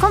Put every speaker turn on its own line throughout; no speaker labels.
こ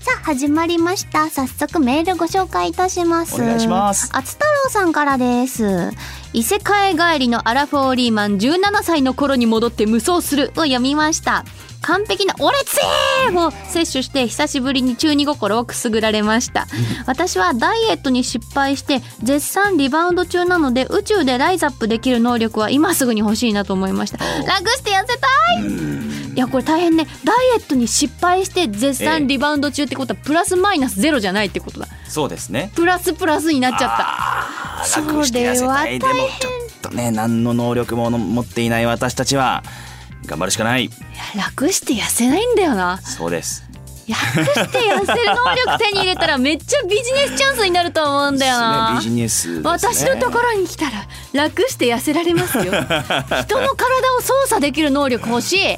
さあ始まりました早速メールご紹介いたします
お願いします
あつ太郎さんからです異世界帰りのアラフォーリーマン17歳の頃に戻って無双するを読みました完璧な「俺つえー!」を摂取して久しぶりに中二心をくすぐられました私はダイエットに失敗して絶賛リバウンド中なので宇宙でライズアップできる能力は今すぐに欲しいなと思いました楽して痩せたいいやこれ大変ねダイエットに失敗して絶
ええ
賛リバウンド中ってことはプラスマイナスゼロじゃないってことだ
そうですね
プラスプラスになっちゃった
あー
それは
楽して痩せたいでも
大
ちょっとね何の能力も持っていない私たちは頑張るしかない
楽して痩せないんだよな
そうです
楽して痩せる能力手に入れたらめっちゃビジネスチャンスになると思うんだよな、
ですねビジネスですね
私のところに来たら楽して痩せられますよ人の体を操作できる能力欲しい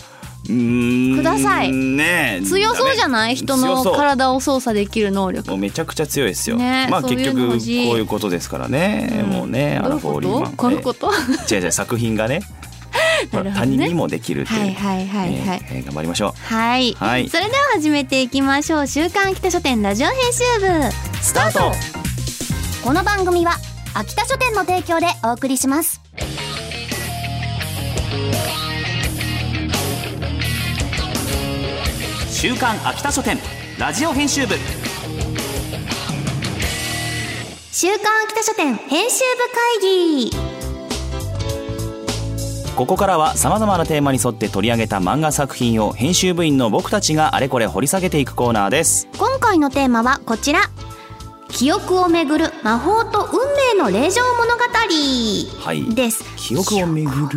く
く
ださい
ねえ
強そうじゃない
ダメ
人
強
の
そう
体を操作できる能力
もうめちゃくちゃ強いですよ、
ねえ
まあ
そういう
結
の
局こ
欲
う
しい
いうことですからね、もうねア
どういう
ラフォ
こ
ーリー
と
マン
このこと、
え 違う違う作品がね
なるほどね
他人にもできるという
はいはいはいはい
えーえー頑張りましょう
はい、
はい
それでは始めていきましょう週刊秋田書店ラジオ編集部
スタート
この番組は秋田書店の提供でお送りします
週刊秋田書店ラジオ編集部
週刊秋田書店編集部会議
ここからはさまざまなテーマに沿って取り上げた漫画作品を編集部員の僕たちがあれこれ掘り下げていくコーナーです
今回のテーマはこちら記憶をめぐる魔法と運命の霊場物語
はい
です
記憶を巡る
記憶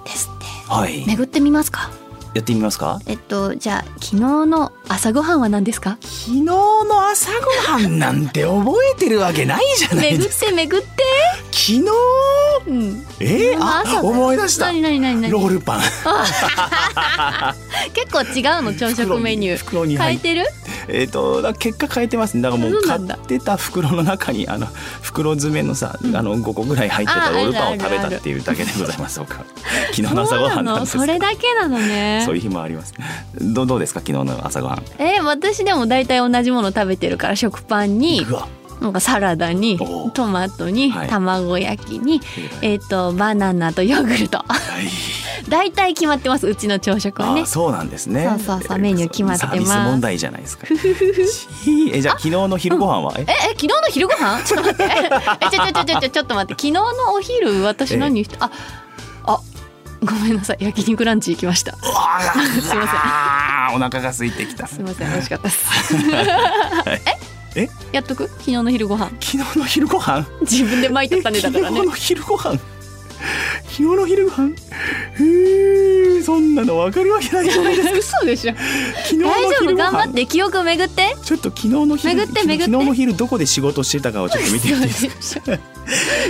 をですって
はい
巡ってみますか
やってみますか
えっとじゃあ昨日の朝ごはんは何 ですか
昨日の朝ごはんなんて覚えてるわけないじゃ
巡 って 巡って
昨日
うん
え
朝だよ何何何何
ールパン
結構違うの朝食メニュー
袋に
変
入
え
って
る
えっとだから結果変えてますねだからもう
そうな
買
んだ
ってた袋の中にあの袋詰めのさ、あの5個ぐらい入って
あ
たロールパ
あ
ンを
るあ
食
る
べ
ある
たっていうだけでございます僕は昨日の
そ
朝
う
ごは
なん
なん
の
です
それだけなのね
そういう日もあります。どうどうですか昨日の朝ごはん。
え私でも大体同じもの食べてるから食パンに
うわ。
なんかサラダに
おう
トマトに
はい
卵焼きに、え
え
っ、とバナナとヨーグルト
はい。
大体決まってますうちの朝食は
あ
ね
あそうなんですね。
そうそうそうメニュー決まってます
サービス問題じゃな いですか。ひえじゃあ昨日の昼ご飯はえ
ええ昨日の昼ご飯 ちょっと待ってえちょちょちょちょちょちょっと待って昨日のお昼私何してああごめんなさい焼肉ランチ行きました
うわあ
すいません
あーお腹が空いてきた。
すみ
昨
ません美味しかったですえ
え
やっとく昨日の昼ご飯
日の昼ご飯。
自分で巻い
え
た種だから
昨日
ね
の昼ご飯。 昨日の昼ご飯。へえそんなのわかるわけないじゃないですか。
嘘でしょ
昨日の
大丈
昼
夫
ご
頑張
飯
っ。て記憶を巡って
ちょっと昨日の昼
巡って巡って
昨日の昼どこで仕事してたかをちょっと見てみていいですか。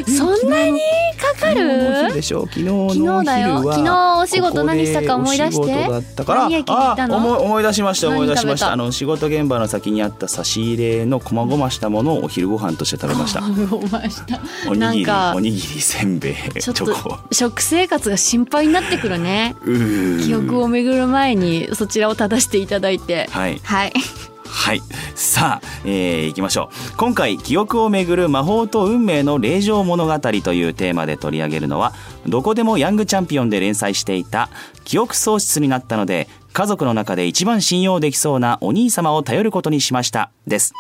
そんなにかか
昨日の
る
昼でしょ昨日の昼
昨日
は
だよ昨日お仕事何したか思い出して
ここでお仕事だったから
何焼きに行ったの
あ思い思い出しました
何
思い出しま
食べ
し
た
たあの仕事現場の先にあった差し入れの細々したものをお昼ご飯として食べました
お前した
おにぎ り
なんか
おにぎりせんべい
ち
チ
ょっ
ョコ
と食生活が心配になってくるね
うー
記憶を巡る前にそちらを正していただいて
はい
はい
はいさあ、えー、いきましょう今回「記憶をめぐる魔法と運命の霊場物語」というテーマで取り上げるのはどこでもヤングチャンピオンで連載していた「記憶喪失になったので家族の中で一番信用できそうなお兄様を頼ることにしました」です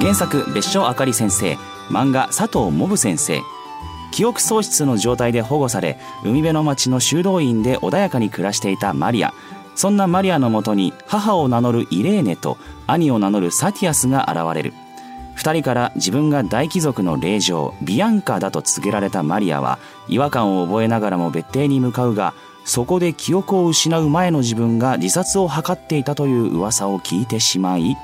原作別所あかり先生漫画佐藤モブ先生「記憶喪失の状態で保護され海辺の町の修道院で穏やかに暮らしていたマリアそんなマリアのもとに母を名乗るイレーネと兄を名乗るサティアスが現れる2人から自分が大貴族の霊嬢ビアンカだと告げられたマリアは違和感を覚えながらも別邸に向かうがそこで記憶を失う前の自分が自殺を図っていたという噂を聞いてしまい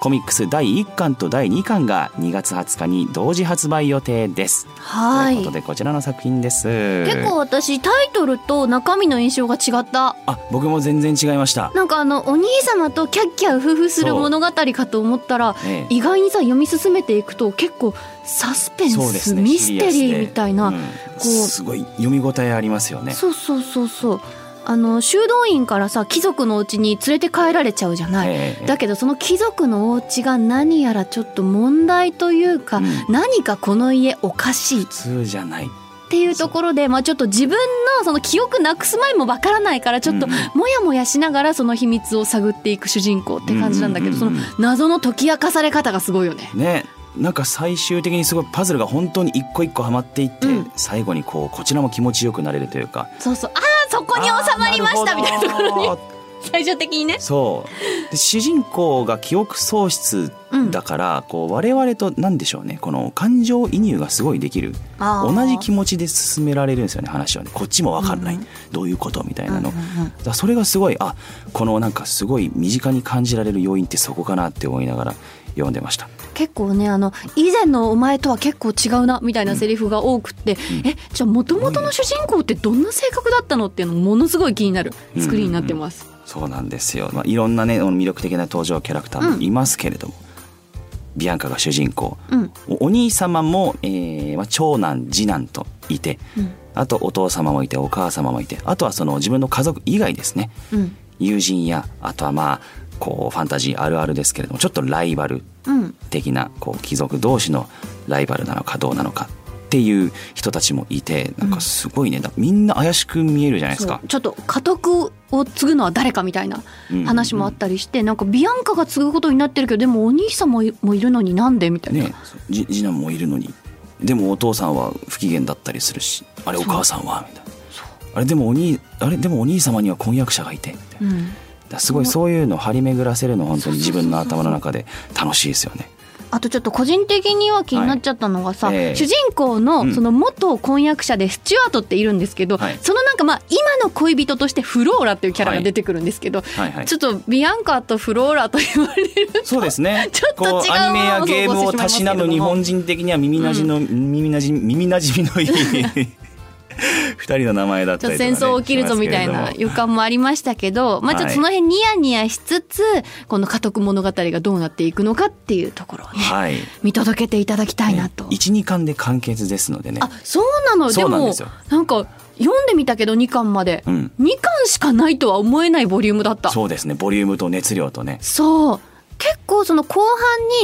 コミックス第1巻と第2巻が2月20日に同時発売予定です。
は
という
い
ことでこちらの作品です。
結構私タイトルと中身の印象が違った
あ僕も全然違いました。
なんかあのお兄様とキャッキャウフフする
そう
物語かと思ったら
ええ
意外にさ読み進めていくと結構サスペン
そうで
ス、
すね
ミステリーみたいな、
シリアスでうん
こう
すごい読み応えありますよね
そうそうそうそうあの修道院からさ貴族のお家に連れて帰られちゃうじゃない、
ええ
だけどその貴族のお家が何やらちょっと問題というか、
うん
何かこの家おかしいっ
普通じゃない
ていうところで、まあ、ちょっと自分のその記憶なくす前もわからないからちょっと
うんう
もやもやしながらその秘密を探っていく主人公って感じなんだけど、
うんうんうんうん
その謎の解き明かされ方がすごいよね。
ねなんか最終的にすごいパズルが本当に一個一個はまっていって、
うん
最後にこうこちらも気持ちよくなれるというか
そうそうあーそこに収まりましたみたいなところに
に
最終的にね。
そうで主人公が記憶喪失だから、こう我々と何でしょうねこの感情移入がすごいできる
あ
同
ー
じ気持ちで進められるんですよね話はねこっちも分かんない、どういうことみたいなの、
うんうんうん
だからそれがすごいあこのなんかすごい身近に感じられる要因ってそこかなって思いながら読んでました
結構ねあの以前のお前とは結構違うなみたいなセリフが多くって、えじゃあもともとの主人公ってどんな性格だったのっていうのものすごい気になるスクリーンになってます。
そうなんですよ、まあ、いろんなねあの魅力的な登場キャラクターもいますけれども、ビアンカが主人公
うん、
おお兄様も、えーまあ、長男次男といて、
うん
あとお父様もいてお母様もいてあとはその自分の家族以外ですね
うん、
友人やあとはまあこうファンタジーあるあるですけれどもちょっとライバル
うん、
的なこう貴族同士のライバルなのかどうなのかっていう人たちもいてなんかすごいね、だみんな怪しく見えるじゃないです
そ
か
う。ちょっと家督を継ぐのは誰かみたいな
うん
話もあったりして、なんかビアンカが継ぐことになってるけどでもお兄さんもいもいるのになんでみたいな、
ねじ次男もいるのにでもお父さんは不機嫌だったりするしあれお母さんはみたいなあれでもお兄あれでもお兄様には婚約者がいてみたいな
うん、
だからすごいそういうのを張り巡らせるの本当に自分の頭の中で楽しいですよね。
あとちょっと個人的には気になっちゃったのがさ、
はいええ
主人公
う
の
ん
その元婚約者でスチュワートっているんですけど、
はい
そのなんかまあ今の恋人としてフローラっていうキャラが出てくるんですけど、
はいはい
ちょっとビアンカとフローラと言われる
そうですね。
ちょっと違う
こうアニメやゲームをたしなむ日本人的には耳なじの、耳なじ耳なじみ のいい二人の名前だっ
ち
た
ょっ
り
と
とか、
戦
ね、
争起きるぞみたいな
しますけれど
予感もありましたけど、まあちょっとその辺ニヤニヤしつつ、この家督物語がどうなっていくのかっていうところをね、
もはい。
見届けていただきたいなと。
一二巻で完結ですのでね
あ。そうなの
そう
で
なんで
も
すよ
なんか読んでみたけど2巻まで、
うん。
2巻しかないとは思えないボリュームだった。
そうですね。ボリュームと熱量とね。
そう結構その後半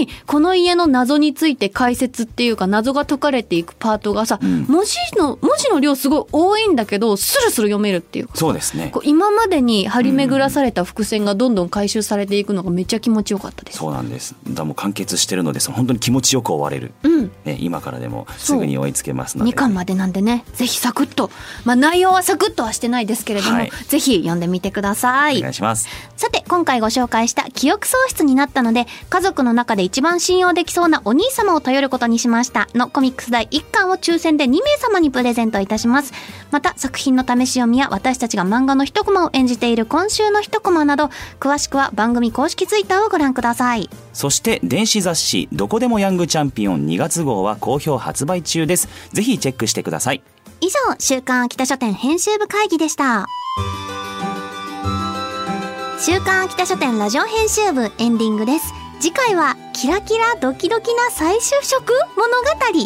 にこの家の謎について解説っていうか謎が解かれていくパートがさ、
うん
文字の文字の量すごい多いんだけどスルスル読めるっていうか
そうですね。
こう今までに張り巡らされた伏線がどんどん回収されていくのがめっちゃ気持ちよかったです。
そうなんです。だからもう完結してるので、その本当に気持ちよく終われる。
うん
ね、今からでもす
そう
ぐに追いつけますので。
2巻までなんでねぜひサクッと、まあ、内容はサクッとはしてないですけれども、
はい
ぜひ読んでみてくださ
お
い
願い。します。
さて今回ご紹介した記憶喪失になったので家族の中で一番信用できそうなお兄様を頼ることにしましたのコミックス第1巻を抽選で2名様にプレゼントいたしますまた作品の試し読みや私たちが漫画の一コマを演じている今週の一コマなど詳しくは番組公式ツイッターをご覧ください
そして電子雑誌「どこでもヤングチャンピオン」2月号は好評発売中ですぜひチェックしてください
以上週刊秋田書店編集部会議でした週刊秋田書店ラジオ編集部エンディングです次回はキラキラドキドキな再就職物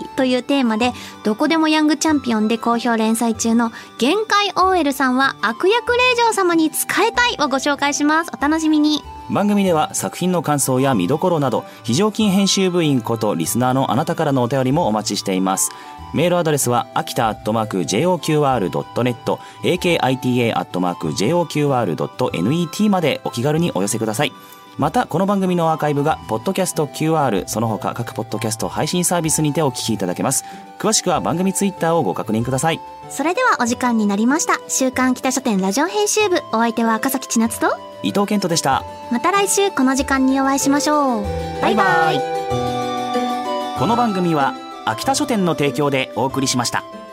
語というテーマでどこでもヤングチャンピオンで好評連載中の限界 OL さんは悪役令嬢様に仕えたいをご紹介しますお楽しみに
番組では作品の感想や見どころなど非常勤編集部員ことリスナーのあなたからのお便りもお待ちしていますメールアドレスは秋田アットマーク JOQR.net akita アットマーク JOQR.net までお気軽にお寄せくださいまたこの番組のアーカイブがポッドキャスト QR その他各ポッドキャスト配信サービスにてお聞きいただけます詳しくは番組ツイッターをご確認ください
それではお時間になりました。週刊北書店ラジオ編集部、お相手は赤崎千夏と、
伊藤健人でした
また来週この時間にお会いしましょう。バイバイ。
この番組は秋田書店の提供でお送りしました